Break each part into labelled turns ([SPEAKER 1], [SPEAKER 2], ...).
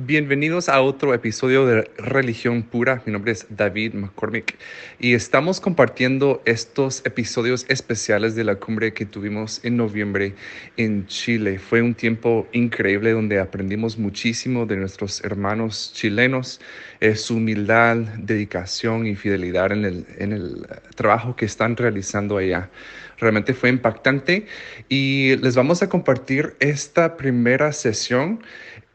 [SPEAKER 1] Bienvenidos a otro episodio de Religión Pura. Mi nombre es David McCormick y estamos compartiendo estos episodios especiales de la cumbre que tuvimos en noviembre en Chile. Fue un tiempo increíble donde aprendimos muchísimo de nuestros hermanos chilenos, eh, su humildad, dedicación y fidelidad en el, en el trabajo que están realizando allá realmente fue impactante y les vamos a compartir esta primera sesión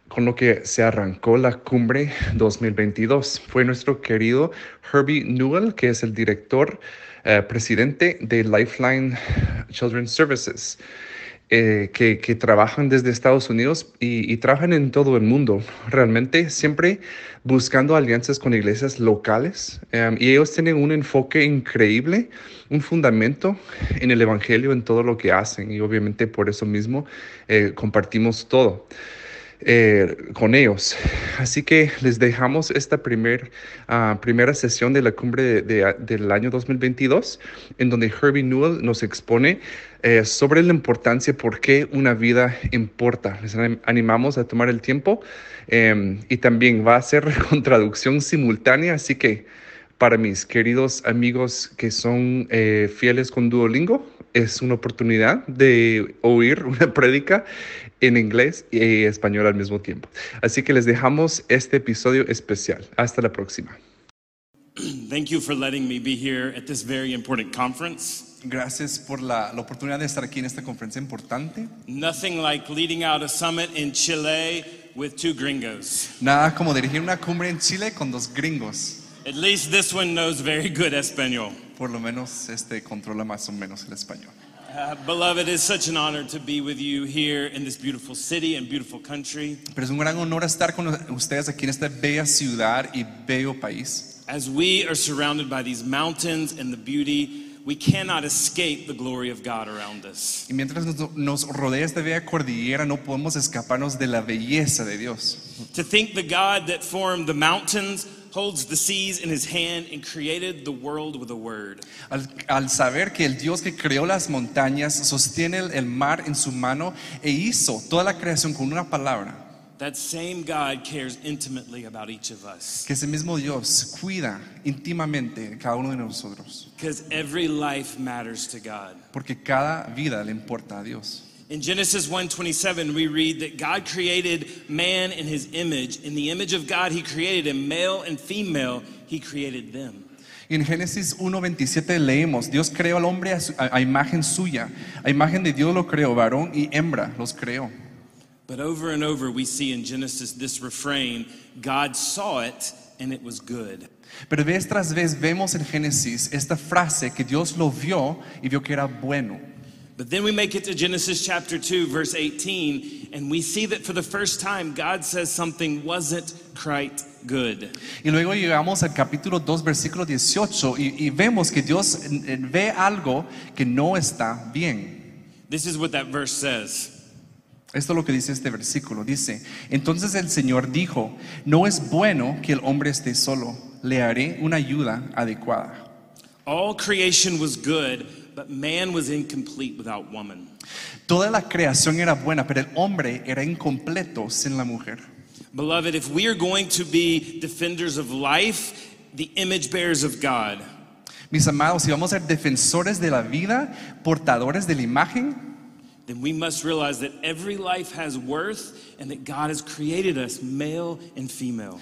[SPEAKER 1] con lo que se arrancó la cumbre 2022. Fue nuestro querido Herbie Newell, que es el director eh, presidente de Lifeline Children's Services. Eh, que, que, trabajan desde Estados Unidos y, y, trabajan en todo el mundo, realmente siempre buscando alianzas con iglesias locales. Um, y ellos tienen un enfoque increíble, un fundamento en el Evangelio, en todo lo que hacen. Y obviamente por eso mismo eh, compartimos todo. Eh, con ellos. Así que les dejamos esta primer, uh, primera sesión de la cumbre de, de, del año 2022, en donde Herbie Newell nos expone eh, sobre la importancia, por qué una vida importa. Les animamos a tomar el tiempo eh, y también va a ser con traducción simultánea, así que para mis queridos amigos que son eh, fieles con Duolingo, es una oportunidad de oír una prédica en inglés y español al mismo tiempo. Así que les dejamos este episodio especial. Hasta la próxima.
[SPEAKER 2] Thank you for letting me be here at this very important conference.
[SPEAKER 3] Gracias por la, la oportunidad de estar aquí en esta conferencia importante.
[SPEAKER 2] Nothing like leading out a summit in Chile with two gringos.
[SPEAKER 3] Nada como dirigir una cumbre en Chile con dos gringos.
[SPEAKER 2] At least this one knows very good español.
[SPEAKER 3] Por lo menos este controla más o menos el español.
[SPEAKER 2] Uh, beloved, it's such an honor to be with you here in this beautiful city and beautiful country.
[SPEAKER 3] Pero es un gran honor estar con ustedes aquí en esta bella ciudad y bello país.
[SPEAKER 2] As we are surrounded by these mountains and the beauty, we cannot escape the glory of God around us.
[SPEAKER 3] Y mientras nos, nos rodea esta bella cordillera, no podemos escaparnos de la belleza de Dios.
[SPEAKER 2] To think the God that formed the mountains holds the seas in his hand and created the world with a word.
[SPEAKER 3] Al, al saber que el Dios que creó las montañas sostiene el, el, mar en su mano e hizo toda la creación con una palabra.
[SPEAKER 2] That same God cares intimately about each of us.
[SPEAKER 3] Que ese mismo Dios cuida íntimamente de cada uno de nosotros.
[SPEAKER 2] Because every life matters to God.
[SPEAKER 3] Porque cada vida le importa a Dios.
[SPEAKER 2] In Genesis 1:27 we read that God created man in his image in the image of God he created him male and female he created them.
[SPEAKER 3] En Génesis 1:27 leemos, Dios creó al hombre a, su, a, a, imagen suya, a imagen de Dios lo creó, varón y hembra los creó.
[SPEAKER 2] But over and over we see in Genesis this refrain, God saw it and it was good.
[SPEAKER 3] Pero vez tras vez vemos en Génesis esta frase que Dios lo vio y vio que era bueno.
[SPEAKER 2] But then we make it to Genesis chapter 2, verse 18, and we see that for the first time, God says something wasn't quite good.
[SPEAKER 3] Y luego llegamos al capítulo 2, versículo 18, y, y vemos que Dios ve algo que no está bien.
[SPEAKER 2] This is what that verse says.
[SPEAKER 3] Esto es lo que dice este versículo. Dice, entonces el Señor dijo, no es bueno que el hombre esté solo, le haré una ayuda adecuada.
[SPEAKER 2] All creation was good, but man was incomplete without woman.
[SPEAKER 3] Toda la creación era buena, pero el hombre era incompleto sin la mujer.
[SPEAKER 2] Beloved, if we are going to be defenders of life, the image bearers of God.
[SPEAKER 3] Mis amados, si vamos a ser defensores de la vida, portadores de la imagen,
[SPEAKER 2] then we must realize that every life has worth and that God has created us male and female.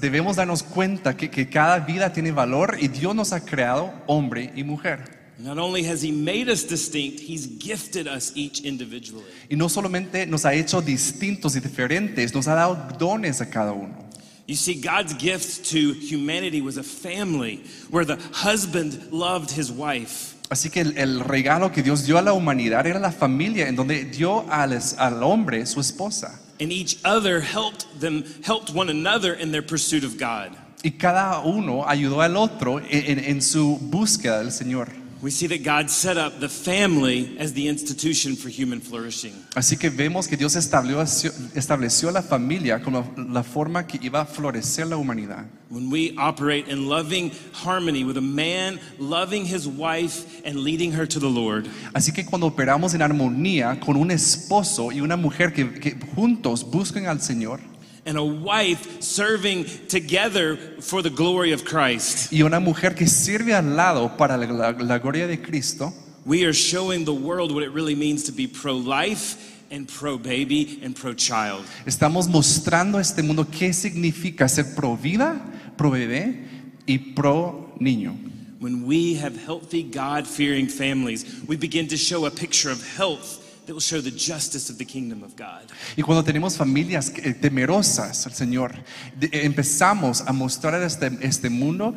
[SPEAKER 3] Debemos darnos cuenta que, que cada vida tiene valor y Dios nos ha creado hombre y mujer.
[SPEAKER 2] Not only has he made us distinct, he's gifted us each individually.
[SPEAKER 3] Y no solamente nos ha hecho distintos y diferentes, nos ha dado dones a cada uno.
[SPEAKER 2] You see, God's gift to humanity was a family where the husband loved his wife.
[SPEAKER 3] Así que el, el regalo que Dios dio a la humanidad era la familia, en donde dio al, al hombre su esposa.
[SPEAKER 2] and each other helped them helped one another in their pursuit of God.
[SPEAKER 3] Y cada uno ayudó al otro en, en- en su búsqueda del Señor.
[SPEAKER 2] We see that God set up the family as the institution for human flourishing.
[SPEAKER 3] Así que vemos que Dios estableció, estableció la familia como la forma que iba a florecer la humanidad.
[SPEAKER 2] When we operate in loving harmony with a man loving his wife and leading her to the Lord,
[SPEAKER 3] Así que cuando operamos en armonía con un esposo y una mujer que, que juntos busquen al Señor
[SPEAKER 2] and a wife serving together for the glory of Christ,
[SPEAKER 3] y una mujer que sirve al lado para la- la- la gloria de Cristo,
[SPEAKER 2] we are showing the world what it really means to be pro life and pro baby and pro child.
[SPEAKER 3] Estamos mostrando a este mundo qué significa ser pro vida, pro bebé y pro niño.
[SPEAKER 2] When we have healthy, God fearing families, we begin to show a picture of health that will show the justice of the kingdom of God.
[SPEAKER 3] Y cuando tenemos familias eh, temerosas al Señor, de- eh, empezamos a mostrar a este, este mundo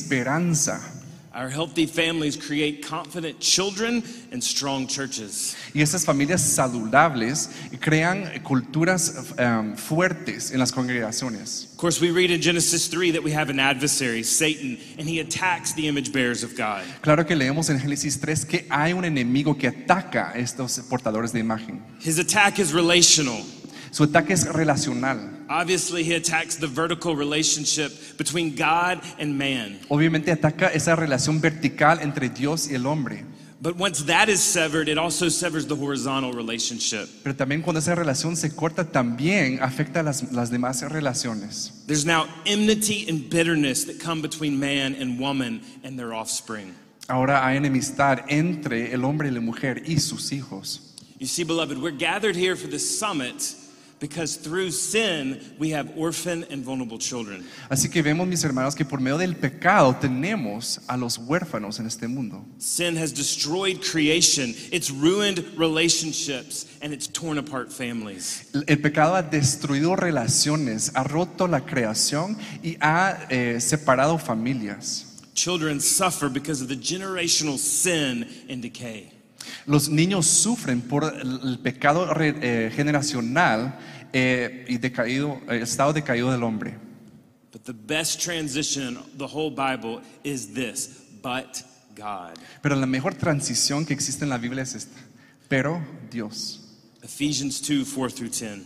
[SPEAKER 3] esperanza.
[SPEAKER 2] Our healthy families create confident children and strong churches.
[SPEAKER 3] Y estas familias saludables crean culturas eh, fuertes en las congregaciones.
[SPEAKER 2] Of course, we read in Genesis 3 that we have an adversary, Satan, and he attacks the image bearers of God.
[SPEAKER 3] Claro que leemos en Génesis 3 que hay un enemigo que ataca a estos portadores de imagen.
[SPEAKER 2] His attack is relational.
[SPEAKER 3] Su ataque es relacional.
[SPEAKER 2] Obviously, he attacks the vertical relationship between God and man.
[SPEAKER 3] Obviamente ataca esa relación vertical entre Dios y el hombre,
[SPEAKER 2] But once that is severed, it also severs the horizontal relationship.
[SPEAKER 3] pero también cuando esa relación se corta también afecta a las, las demás relaciones.
[SPEAKER 2] There's now enmity and bitterness that come between man and woman and their offspring.
[SPEAKER 3] Ahora hay enemistad entre el hombre y la mujer y sus hijos.
[SPEAKER 2] You see, beloved, we're gathered here for this summit because through sin, we have orphan and vulnerable children.
[SPEAKER 3] Así que vemos, mis hermanos, que por medio del pecado tenemos a los huérfanos en este mundo.
[SPEAKER 2] Sin has destroyed creation, it's ruined relationships, and it's torn apart families.
[SPEAKER 3] El- El pecado ha destruido relaciones, ha roto la creación y ha eh, separado familias.
[SPEAKER 2] Children suffer because of the generational sin and decay.
[SPEAKER 3] Los niños sufren por el el pecado re- eh, generacional eh, y decaído, eh, estado decaído del hombre.
[SPEAKER 2] But the best transition in the whole Bible is this but God.
[SPEAKER 3] Pero la mejor transición que existe en la Biblia es esta. Pero Dios.
[SPEAKER 2] Ephesians 2 4 through 10.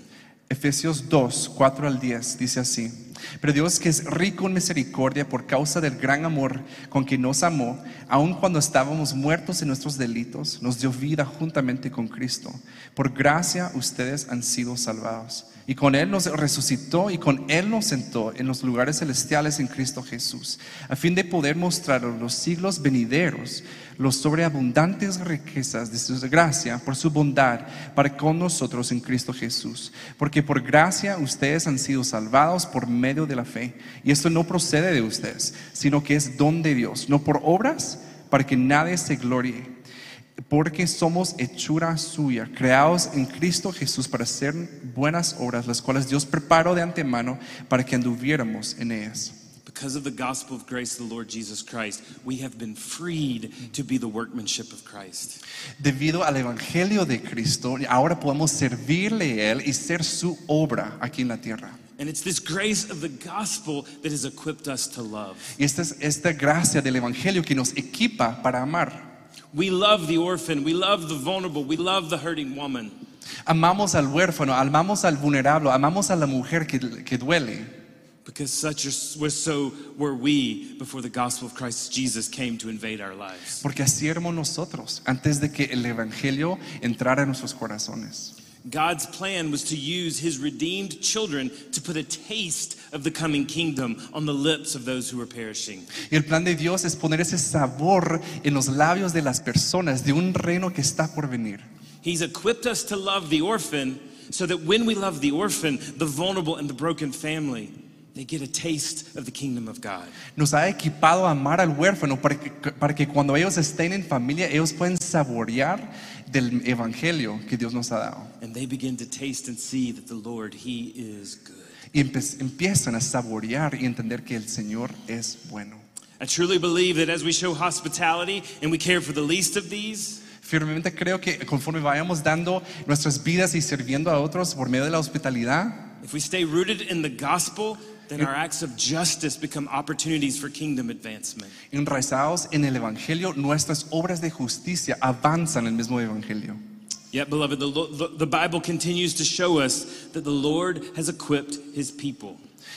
[SPEAKER 3] Efesios 2, 4 al 10 dice así. Pero Dios que es rico en misericordia por causa del gran amor con que nos amó, aun cuando estábamos muertos en nuestros delitos, nos dio vida juntamente con Cristo. Por gracia ustedes han sido salvados. Y con Él nos resucitó y con Él nos sentó en los lugares celestiales en Cristo Jesús, a fin de poder mostrar a los siglos venideros los sobreabundantes riquezas de su gracia por su bondad para con nosotros en Cristo Jesús. Porque por gracia ustedes han sido salvados por medio de la fe. Y esto no procede de ustedes, sino que es don de Dios, no por obras, para que nadie se gloríe porque somos hechura suya, creados en Cristo Jesús para hacer buenas obras, las cuales Dios preparó de antemano para que anduviéramos en ellas.
[SPEAKER 2] Because of the gospel of grace of the Lord Jesus Christ, we have been freed to be the workmanship of Christ.
[SPEAKER 3] Debido al Evangelio de Cristo, ahora podemos servirle a Él y ser su obra aquí en la tierra.
[SPEAKER 2] And it's this grace of the gospel that has equipped us to love.
[SPEAKER 3] Y esta es esta gracia del Evangelio que nos equipa para amar.
[SPEAKER 2] We love the orphan, we love the vulnerable, we love the hurting woman.
[SPEAKER 3] Amamos al huérfano, amamos al vulnerable, amamos a la mujer que, que duele,
[SPEAKER 2] Because such are, were so were we before the gospel of Christ Jesus came to invade our lives.
[SPEAKER 3] porque así éramos nosotros antes de que el Evangelio entrara en nuestros corazones.
[SPEAKER 2] God's plan was to use his redeemed children to put a taste of the coming kingdom on the lips of those who are perishing.
[SPEAKER 3] Y el plan de Dios es poner ese sabor en los labios de las personas de un reino que está por venir.
[SPEAKER 2] He's equipped us to love the orphan so that when we love the orphan, the vulnerable, and the broken family, they get a taste of the kingdom of God.
[SPEAKER 3] Nos ha equipado a amar al huérfano para que, para que cuando ellos estén en familia, ellos pueden saborear del evangelio que Dios nos ha dado.
[SPEAKER 2] And they begin to taste and see that the Lord, He is good.
[SPEAKER 3] Y empe- empiezan a saborear y entender que el Señor es bueno.
[SPEAKER 2] I truly believe that as we show hospitality and we care for the least of these,
[SPEAKER 3] Firmemente creo que conforme vayamos dando nuestras vidas y sirviendo a otros por medio de la hospitalidad,
[SPEAKER 2] If we stay rooted in the gospel, then our acts of justice become opportunities for kingdom advancement.
[SPEAKER 3] enraizados en el Evangelio, nuestras obras de justicia avanzan el mismo Evangelio.
[SPEAKER 2] Yet, beloved, the, lo- the, the Bible continues to show us that the Lord has equipped his people.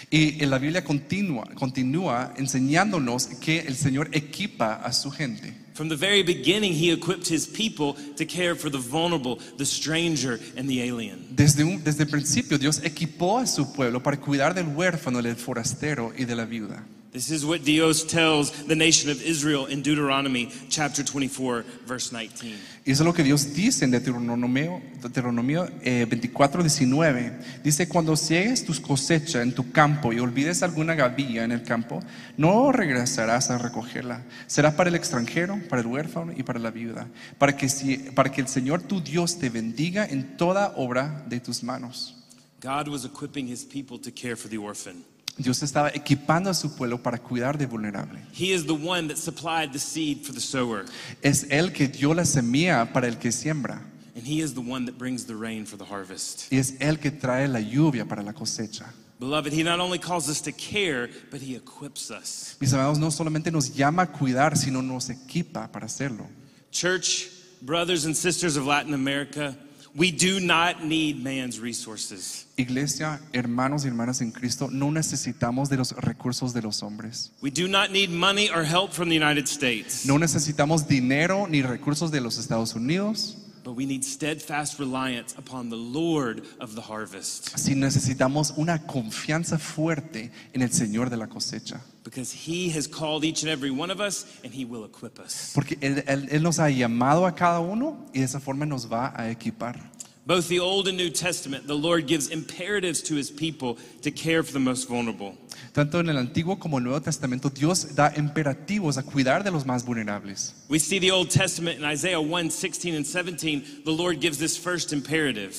[SPEAKER 3] Y en la Biblia continúa, continúa enseñándonos que el Señor equipa a su gente.
[SPEAKER 2] From the very beginning, he equipped his people to care for the vulnerable, the stranger, and the alien.
[SPEAKER 3] Desde, un- desde el principio Dios equipó a su pueblo para cuidar del huérfano, del forastero y de la viuda.
[SPEAKER 2] This is what Dios tells the nation of Israel in Deuteronomy chapter 24, verse 19.
[SPEAKER 3] Y eso es lo que Dios dice en Deuteronomio, Deuteronomio eh, 24, 19. Dice, cuando ciegues tus cosechas en tu campo y olvides alguna gavilla en el campo, no regresarás a recogerla. Será para el extranjero, para el huérfano y para la viuda, para que, si- para que el Señor tu Dios te bendiga en toda obra de tus manos.
[SPEAKER 2] God was equipping his people to care for the orphan.
[SPEAKER 3] Dios estaba equipando a su pueblo para cuidar de vulnerable.
[SPEAKER 2] He is the one that supplied the seed for the sower,
[SPEAKER 3] Es Él que dio la semilla para el que siembra.
[SPEAKER 2] and he is the one that brings the rain for the harvest.
[SPEAKER 3] Y es Él que trae la lluvia para la cosecha.
[SPEAKER 2] Beloved, he not only calls us to care, but he equips us.
[SPEAKER 3] Mis amados, no solamente nos llama a cuidar, sino nos equipa para hacerlo.
[SPEAKER 2] Church, brothers and sisters of Latin America, we do not need man's resources.
[SPEAKER 3] Iglesia, hermanos y hermanas en Cristo, no necesitamos de los recursos de los hombres.
[SPEAKER 2] We do not need money or help from the United States,
[SPEAKER 3] No necesitamos dinero ni recursos de los Estados Unidos,
[SPEAKER 2] but we need steadfast reliance upon the Lord of the harvest
[SPEAKER 3] si necesitamos una confianza fuerte en el Señor de la cosecha.
[SPEAKER 2] because he has called each and every one of us and he will equip us.
[SPEAKER 3] Porque Él, Él- Él nos ha llamado a cada uno y de esa forma nos va a equipar.
[SPEAKER 2] Both the Old and New Testament, the Lord gives imperatives to his people to care for the most vulnerable.
[SPEAKER 3] Tanto en el Antiguo como en el Nuevo Testamento, Dios da imperativos a cuidar de los más vulnerables.
[SPEAKER 2] We see the Old Testament in Isaiah 1 16 and 17, the Lord gives this first imperative.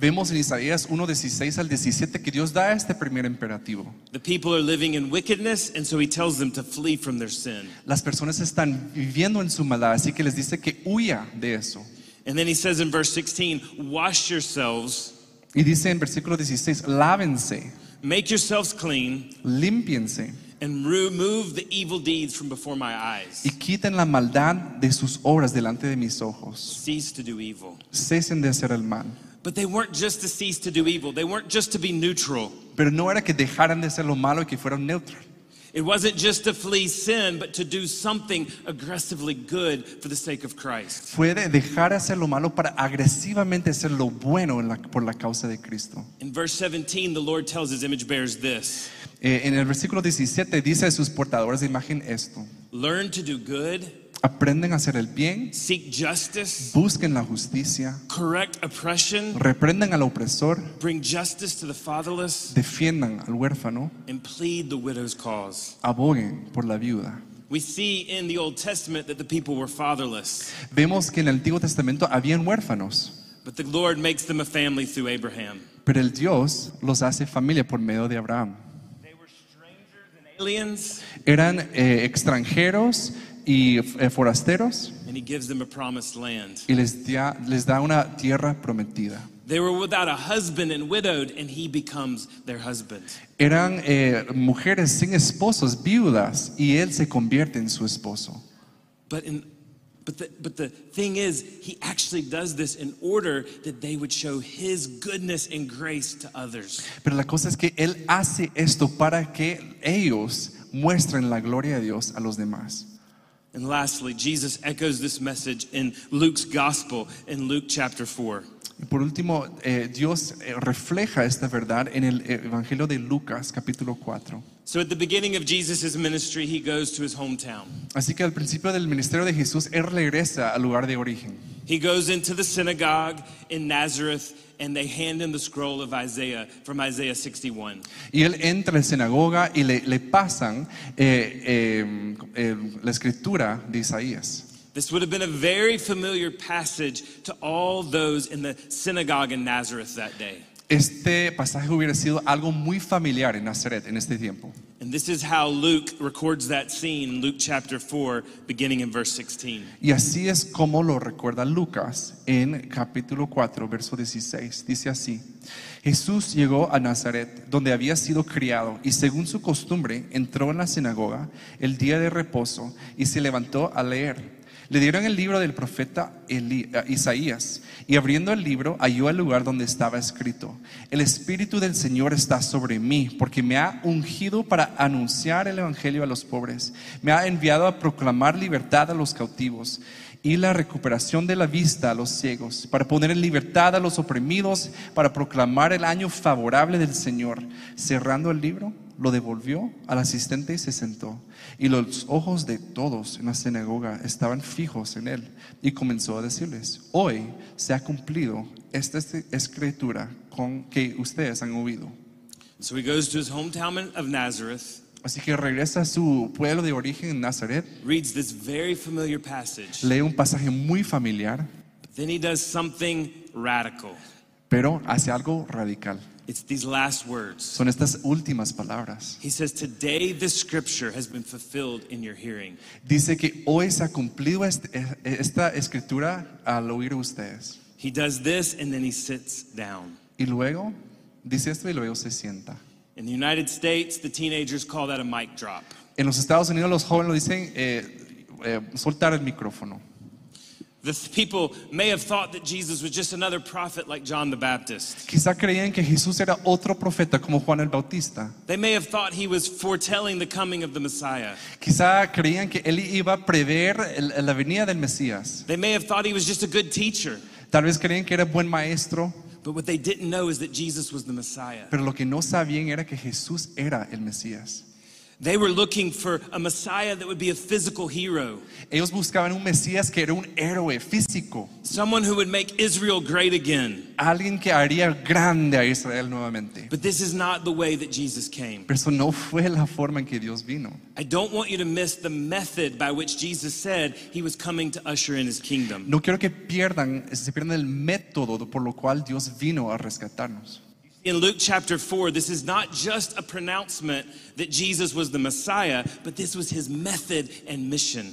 [SPEAKER 3] Vemos en Isaías 1, 16 al 17 que Dios da este primer imperativo.
[SPEAKER 2] The people are living in wickedness, and so he tells them to flee from their sin.
[SPEAKER 3] Las personas están viviendo en su maldad, así que les dice que huya de eso.
[SPEAKER 2] And then he says in verse 16, Wash yourselves,
[SPEAKER 3] Y dice en versículo 16, lávense,
[SPEAKER 2] make yourselves clean,
[SPEAKER 3] límpiense
[SPEAKER 2] and remove the evil deeds from before my eyes.
[SPEAKER 3] y quiten la maldad de sus obras delante de mis ojos.
[SPEAKER 2] Cease to do evil.
[SPEAKER 3] Cesen de hacer el mal.
[SPEAKER 2] But they weren't just to cease to do evil, they weren't just to be neutral.
[SPEAKER 3] Pero no era que dejaran de hacer lo malo y que fueran neutros.
[SPEAKER 2] It wasn't just to flee sin, but to do something aggressively good for the sake of Christ.
[SPEAKER 3] Fue de dejar de hacer lo malo para agresivamente hacer lo bueno en la- por la causa de Cristo.
[SPEAKER 2] In verse 17, the Lord tells his image bearers this
[SPEAKER 3] Eh, en el versículo 17 dice a sus portadores de imagen esto.
[SPEAKER 2] Learn to do good,
[SPEAKER 3] Aprenden a hacer el bien,
[SPEAKER 2] seek justice,
[SPEAKER 3] busquen la justicia,
[SPEAKER 2] correct oppression.
[SPEAKER 3] reprendan al opresor,
[SPEAKER 2] Bring justice to the fatherless
[SPEAKER 3] defiendan al huérfano,
[SPEAKER 2] and plead the widow's cause.
[SPEAKER 3] aboguen por la viuda.
[SPEAKER 2] We see in the Old Testament that the people were fatherless,
[SPEAKER 3] Vemos que en el Antiguo Testamento habían huérfanos,
[SPEAKER 2] but the Lord makes them a family through Abraham.
[SPEAKER 3] pero el Dios los hace familia por medio de Abraham.
[SPEAKER 2] They were strangers and aliens,
[SPEAKER 3] Eran eh, extranjeros y eh, forasteros
[SPEAKER 2] and He gives them a promised land.
[SPEAKER 3] y les, dia- les da una tierra prometida.
[SPEAKER 2] They were without a husband and widowed, and He becomes their husband.
[SPEAKER 3] Eran eh, mujeres sin esposos, viudas, y él se convierte en su esposo.
[SPEAKER 2] But in but the, but the thing is, he actually does this in order that they would show his goodness and grace to others.
[SPEAKER 3] Pero la cosa es que Él hace esto para que ellos muestren la gloria de Dios a los demás.
[SPEAKER 2] And lastly, Jesus echoes this message in Luke's gospel in Luke chapter 4.
[SPEAKER 3] Y por último, eh, Dios eh, refleja esta verdad en el eh, Evangelio de Lucas capítulo 4.
[SPEAKER 2] So at the beginning of Jesus' ministry, he goes to his hometown.
[SPEAKER 3] Así que al principio del ministerio de Jesús, Él regresa al lugar de origen.
[SPEAKER 2] He goes into the synagogue in Nazareth and they hand him the scroll of Isaiah from Isaiah 61.
[SPEAKER 3] Y Él entra a la sinagoga y le, le pasan eh, eh, eh, la escritura de Isaías.
[SPEAKER 2] This would have been a very familiar passage to all those in the synagogue in Nazareth that day.
[SPEAKER 3] Este pasaje hubiera sido algo muy familiar en Nazaret en este tiempo.
[SPEAKER 2] And this is how Luke records that scene in Luke chapter 4, beginning in verse 16.
[SPEAKER 3] Y así es como lo recuerda Lucas en capítulo 4, verso 16. Dice así, Jesús llegó a Nazaret, donde había sido criado, y según su costumbre entró en la sinagoga el día de reposo y se levantó a leer. Le dieron el libro del profeta Eli- eh, Isaías, y abriendo el libro halló el lugar donde estaba escrito, El Espíritu del Señor está sobre mí, porque me ha ungido para anunciar el Evangelio a los pobres, me ha enviado a proclamar libertad a los cautivos y la recuperación de la vista a los ciegos, para poner en libertad a los oprimidos, para proclamar el año favorable del Señor. Cerrando el libro, lo devolvió al asistente y se sentó. Y los ojos de todos en la sinagoga estaban fijos en él. Y comenzó a decirles, hoy se ha cumplido esta escritura con que ustedes han oído.
[SPEAKER 2] So he goes to his hometown of Nazareth,
[SPEAKER 3] Así que regresa a su pueblo de origen, Nazaret,
[SPEAKER 2] reads this very familiar passage.
[SPEAKER 3] lee un pasaje muy familiar,
[SPEAKER 2] Then he does something radical.
[SPEAKER 3] pero hace algo radical.
[SPEAKER 2] It's these last words.
[SPEAKER 3] Son estas últimas palabras.
[SPEAKER 2] He says, Today this scripture has been fulfilled in your hearing.
[SPEAKER 3] Dice que hoy se ha cumplido este- esta escritura al oír ustedes.
[SPEAKER 2] He does this and then he sits down.
[SPEAKER 3] Y luego dice esto y luego se sienta.
[SPEAKER 2] In the United States, the teenagers call that a mic drop.
[SPEAKER 3] En los Estados Unidos los jóvenes lo dicen eh, eh, soltar el micrófono.
[SPEAKER 2] The th- people may have thought that Jesus was just another prophet like John the Baptist.
[SPEAKER 3] Quizá creían que Jesús era otro profeta como Juan el Bautista.
[SPEAKER 2] They may have thought he was foretelling the coming of the Messiah.
[SPEAKER 3] Quizá creían que él iba a prever el- la venida del Mesías.
[SPEAKER 2] They may have thought he was just a good teacher.
[SPEAKER 3] Tal vez creían que era buen maestro,
[SPEAKER 2] But what they didn't know is that Jesus was the Messiah.
[SPEAKER 3] pero lo que no sabían era que Jesús era el Mesías.
[SPEAKER 2] They were looking for a Messiah that would be a physical hero,
[SPEAKER 3] Ellos buscaban un Mesías que era un héroe físico,
[SPEAKER 2] someone who would make Israel great again.
[SPEAKER 3] alguien que haría grande a Israel nuevamente.
[SPEAKER 2] But this is not the way that Jesus came.
[SPEAKER 3] Pero eso no fue la forma en que Dios vino.
[SPEAKER 2] I don't want you to miss the method by which Jesus said he was coming to usher in his kingdom.
[SPEAKER 3] No quiero que pierdan, se pierdan el método por lo cual Dios vino a rescatarnos.
[SPEAKER 2] In Luke chapter 4, this is not just a pronouncement that Jesus was the Messiah, but this was his method and mission.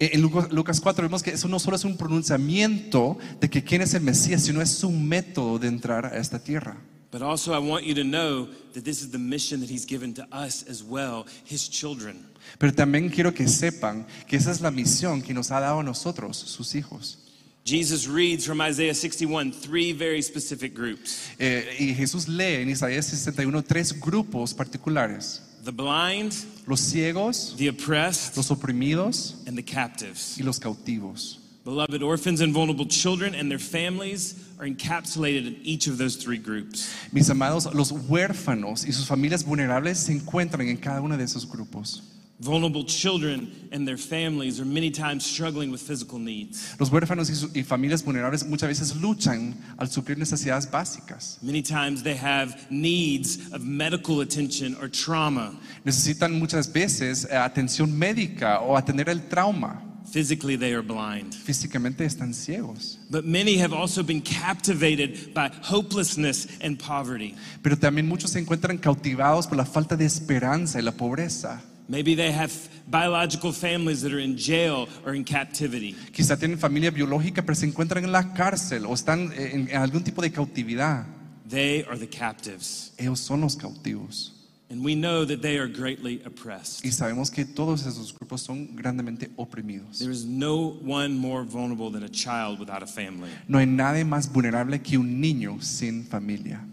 [SPEAKER 3] En en Lucas Lucas 4 vemos que eso no solo es un pronunciamiento de que quién es el Mesías, sino es su método de entrar a esta tierra.
[SPEAKER 2] But also, I want you to know that this is the mission that he's given to us as well, his children.
[SPEAKER 3] Pero también quiero que sepan que esa es la misión que nos ha dado a nosotros, sus hijos.
[SPEAKER 2] Jesus reads from Isaiah 61 three very specific groups
[SPEAKER 3] Eh, y Jesús lee en Isaías 61 tres grupos particulares.
[SPEAKER 2] the blind,
[SPEAKER 3] los ciegos,
[SPEAKER 2] the oppressed,
[SPEAKER 3] los oprimidos
[SPEAKER 2] and the captives.
[SPEAKER 3] y los cautivos.
[SPEAKER 2] Beloved orphans and vulnerable children and their families are encapsulated in each of those three groups.
[SPEAKER 3] Mis amados, los huérfanos y sus familias vulnerables se encuentran en cada uno de esos grupos.
[SPEAKER 2] Vulnerable children and their families are many times struggling with physical needs.
[SPEAKER 3] Los huérfanos y, su- y familias vulnerables muchas veces luchan al suplir necesidades básicas.
[SPEAKER 2] Many times they have needs of medical attention or trauma.
[SPEAKER 3] Necesitan muchas veces eh, atención médica o atender el trauma.
[SPEAKER 2] Physically, they are blind.
[SPEAKER 3] Físicamente están ciegos.
[SPEAKER 2] But many have also been captivated by hopelessness and poverty.
[SPEAKER 3] Pero también muchos se encuentran cautivados por la falta de esperanza y la pobreza.
[SPEAKER 2] Maybe they have biological families that are in jail or in captivity.
[SPEAKER 3] Quizá tienen familia biológica, pero se encuentran en la cárcel o están eh, en- en algún tipo de cautividad.
[SPEAKER 2] They are the captives,
[SPEAKER 3] Ellos son los cautivos.
[SPEAKER 2] and we know that they are greatly oppressed.
[SPEAKER 3] Y sabemos que todos esos grupos son grandemente oprimidos.
[SPEAKER 2] There is no one more vulnerable than a child without a family.
[SPEAKER 3] No hay nadie más vulnerable que un niño sin familia.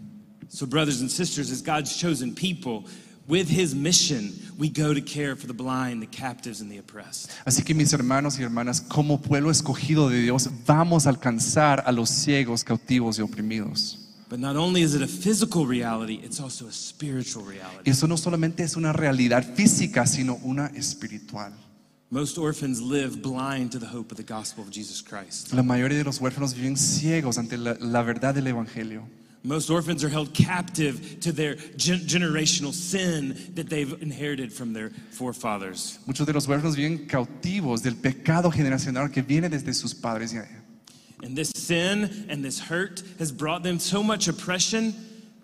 [SPEAKER 2] So, brothers and sisters, as God's chosen people, with his mission, we go to care for the blind, the captives, and the oppressed.
[SPEAKER 3] Así que mis hermanos y hermanas, como pueblo escogido de Dios, vamos a alcanzar a los ciegos, cautivos y oprimidos.
[SPEAKER 2] But not only is it a physical reality, it's also a spiritual reality.
[SPEAKER 3] Y eso no solamente es una realidad física, sino una espiritual.
[SPEAKER 2] Most orphans live blind to the hope of the gospel of Jesus Christ.
[SPEAKER 3] La mayoría de los huérfanos viven ciegos ante la, la verdad del Evangelio.
[SPEAKER 2] Most orphans are held captive to their gen- generational sin that they've inherited from their forefathers.
[SPEAKER 3] Muchos de los huérfanos viven cautivos del pecado generacional que viene desde sus padres. y-
[SPEAKER 2] And this sin and this hurt has brought them so much oppression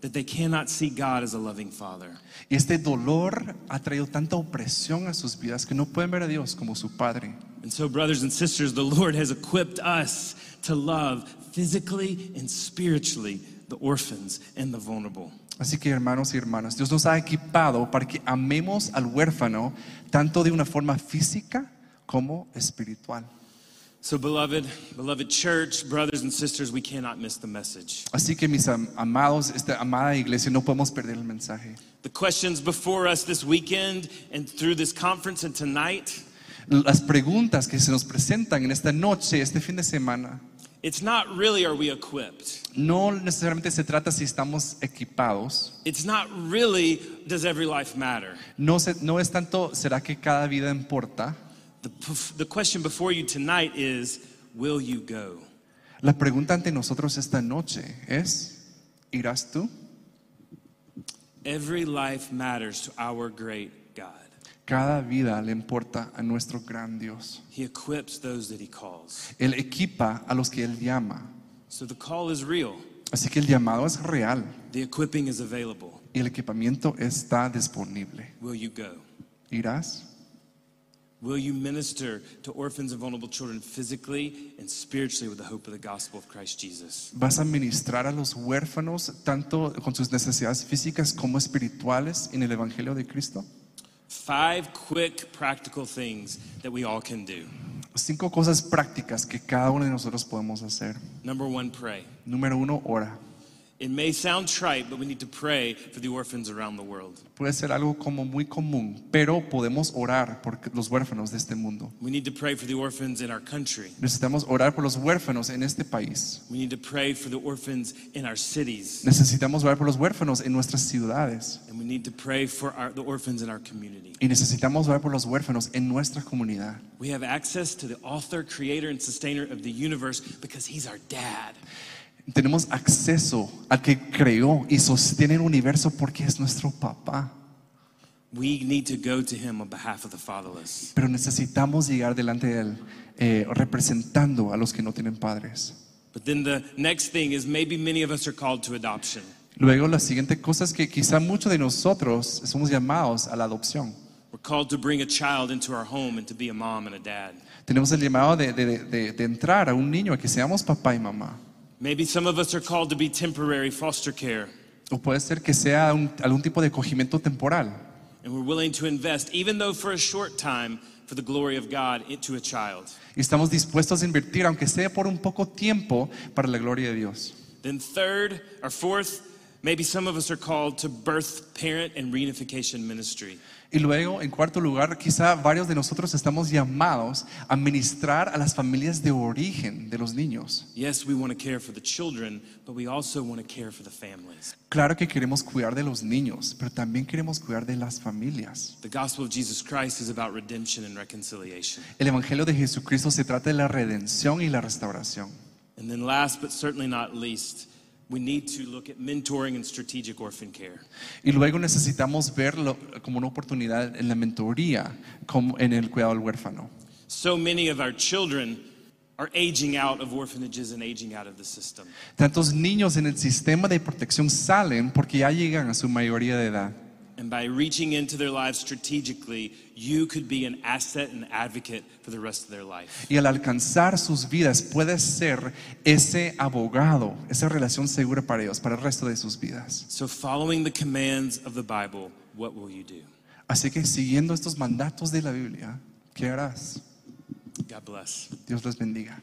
[SPEAKER 2] that they cannot see God as a loving father.
[SPEAKER 3] Y este dolor ha traído tanta opresión a sus vidas que no pueden ver a Dios como su Padre.
[SPEAKER 2] And so, brothers and sisters, the Lord has equipped us to love physically and spiritually the orphans and the vulnerable.
[SPEAKER 3] Así que hermanos y hermanas, Dios nos ha equipado para que amemos al huérfano tanto de una forma física como espiritual.
[SPEAKER 2] So, beloved, beloved church, brothers and sisters, we cannot miss the message.
[SPEAKER 3] Así que mis am- amados, esta amada iglesia, no podemos perder el mensaje.
[SPEAKER 2] The questions before us this weekend and through this conference and tonight,
[SPEAKER 3] Las preguntas que se nos presentan en esta noche, este fin de semana,
[SPEAKER 2] it's not really are we equipped?
[SPEAKER 3] no necesariamente se trata si estamos equipados,
[SPEAKER 2] It's not really does every life matter?
[SPEAKER 3] no, se- no es tanto, ¿será que cada vida importa?
[SPEAKER 2] The, p- the question before you tonight is will you go?
[SPEAKER 3] La pregunta ante nosotros esta noche es, ¿irás tú?
[SPEAKER 2] Every life matters to our great God.
[SPEAKER 3] Cada vida le importa a nuestro gran Dios.
[SPEAKER 2] He equips those that He calls.
[SPEAKER 3] Él equipa a los que Él llama.
[SPEAKER 2] So the call is real,
[SPEAKER 3] Así que el llamado es real
[SPEAKER 2] the equipping is available.
[SPEAKER 3] y el equipamiento está disponible.
[SPEAKER 2] Will you go?
[SPEAKER 3] ¿Irás?
[SPEAKER 2] Will you minister to orphans and vulnerable children physically and spiritually with the hope of the gospel of Christ Jesus?
[SPEAKER 3] ¿Vas a ministrar a los huérfanos tanto con sus necesidades físicas como espirituales en el Evangelio de Cristo?
[SPEAKER 2] Five quick practical things that we all can do.
[SPEAKER 3] Cinco cosas prácticas que cada uno de nosotros podemos hacer.
[SPEAKER 2] Number one, pray.
[SPEAKER 3] Número uno, ora.
[SPEAKER 2] It may sound trite, but we need to pray for the orphans around the world.
[SPEAKER 3] Puede ser algo como muy común, pero podemos orar por los huérfanos de este mundo.
[SPEAKER 2] We need to pray for the orphans in our country.
[SPEAKER 3] Necesitamos orar por los huérfanos en este país.
[SPEAKER 2] We need to pray for the orphans in our cities.
[SPEAKER 3] Necesitamos orar por los huérfanos en nuestras ciudades.
[SPEAKER 2] And we need to pray for our, the orphans in our community.
[SPEAKER 3] Y necesitamos orar por los huérfanos en nuestra comunidad.
[SPEAKER 2] We have access to the author, creator, and sustainer of the universe because he's our dad.
[SPEAKER 3] Tenemos acceso al que creó y sostiene el universo porque es nuestro papá.
[SPEAKER 2] We need to go to him on behalf of the fatherless.
[SPEAKER 3] Pero necesitamos llegar delante de él eh, representando a los que no tienen padres.
[SPEAKER 2] But then the next thing is maybe many of us are called to adoption.
[SPEAKER 3] Luego, la siguiente cosa es que quizá muchos de nosotros somos llamados a la adopción.
[SPEAKER 2] We're called to bring a child into our home and to be a mom and a dad.
[SPEAKER 3] Tenemos el llamado de, de- de- de entrar a un niño, a que seamos papá y mamá.
[SPEAKER 2] Maybe some of us are called to be temporary foster care,
[SPEAKER 3] O puede ser que sea un- algún tipo de acogimiento temporal.
[SPEAKER 2] and we're willing to invest, even though for a short time, for the glory of God, into a child.
[SPEAKER 3] Y estamos dispuestos a invertir, aunque sea por un poco tiempo, para la gloria de Dios.
[SPEAKER 2] Then, third or fourth, maybe some of us are called to birth, parent, and reunification ministry.
[SPEAKER 3] Y luego, en cuarto lugar, quizá varios de nosotros estamos llamados a ministrar a las familias de origen de los niños.
[SPEAKER 2] Yes, we want to care for the children, but we also want to care for the families.
[SPEAKER 3] Claro que queremos cuidar de los niños, pero también queremos cuidar de las familias.
[SPEAKER 2] The gospel of Jesus Christ is about redemption and reconciliation.
[SPEAKER 3] El Evangelio de Jesucristo se trata de la redención y la restauración.
[SPEAKER 2] And then, last but certainly not least, we need to look at mentoring and strategic orphan care.
[SPEAKER 3] Y luego necesitamos verlo como una oportunidad en la mentoría, como en el cuidado del huérfano.
[SPEAKER 2] So many of our children are aging out of orphanages and aging out of the system.
[SPEAKER 3] Tantos niños en el sistema de protección salen porque ya llegan a su mayoría de edad.
[SPEAKER 2] And by reaching into their lives strategically, you could be an asset and advocate for the rest of their life.
[SPEAKER 3] Y al alcanzar sus vidas puedes ser ese abogado, esa relación segura para ellos, para el resto de sus vidas.
[SPEAKER 2] So, following the commands of the Bible, what will you do?
[SPEAKER 3] Así que siguiendo estos mandatos de la Biblia, ¿qué harás?
[SPEAKER 2] God bless.
[SPEAKER 3] Dios les bendiga.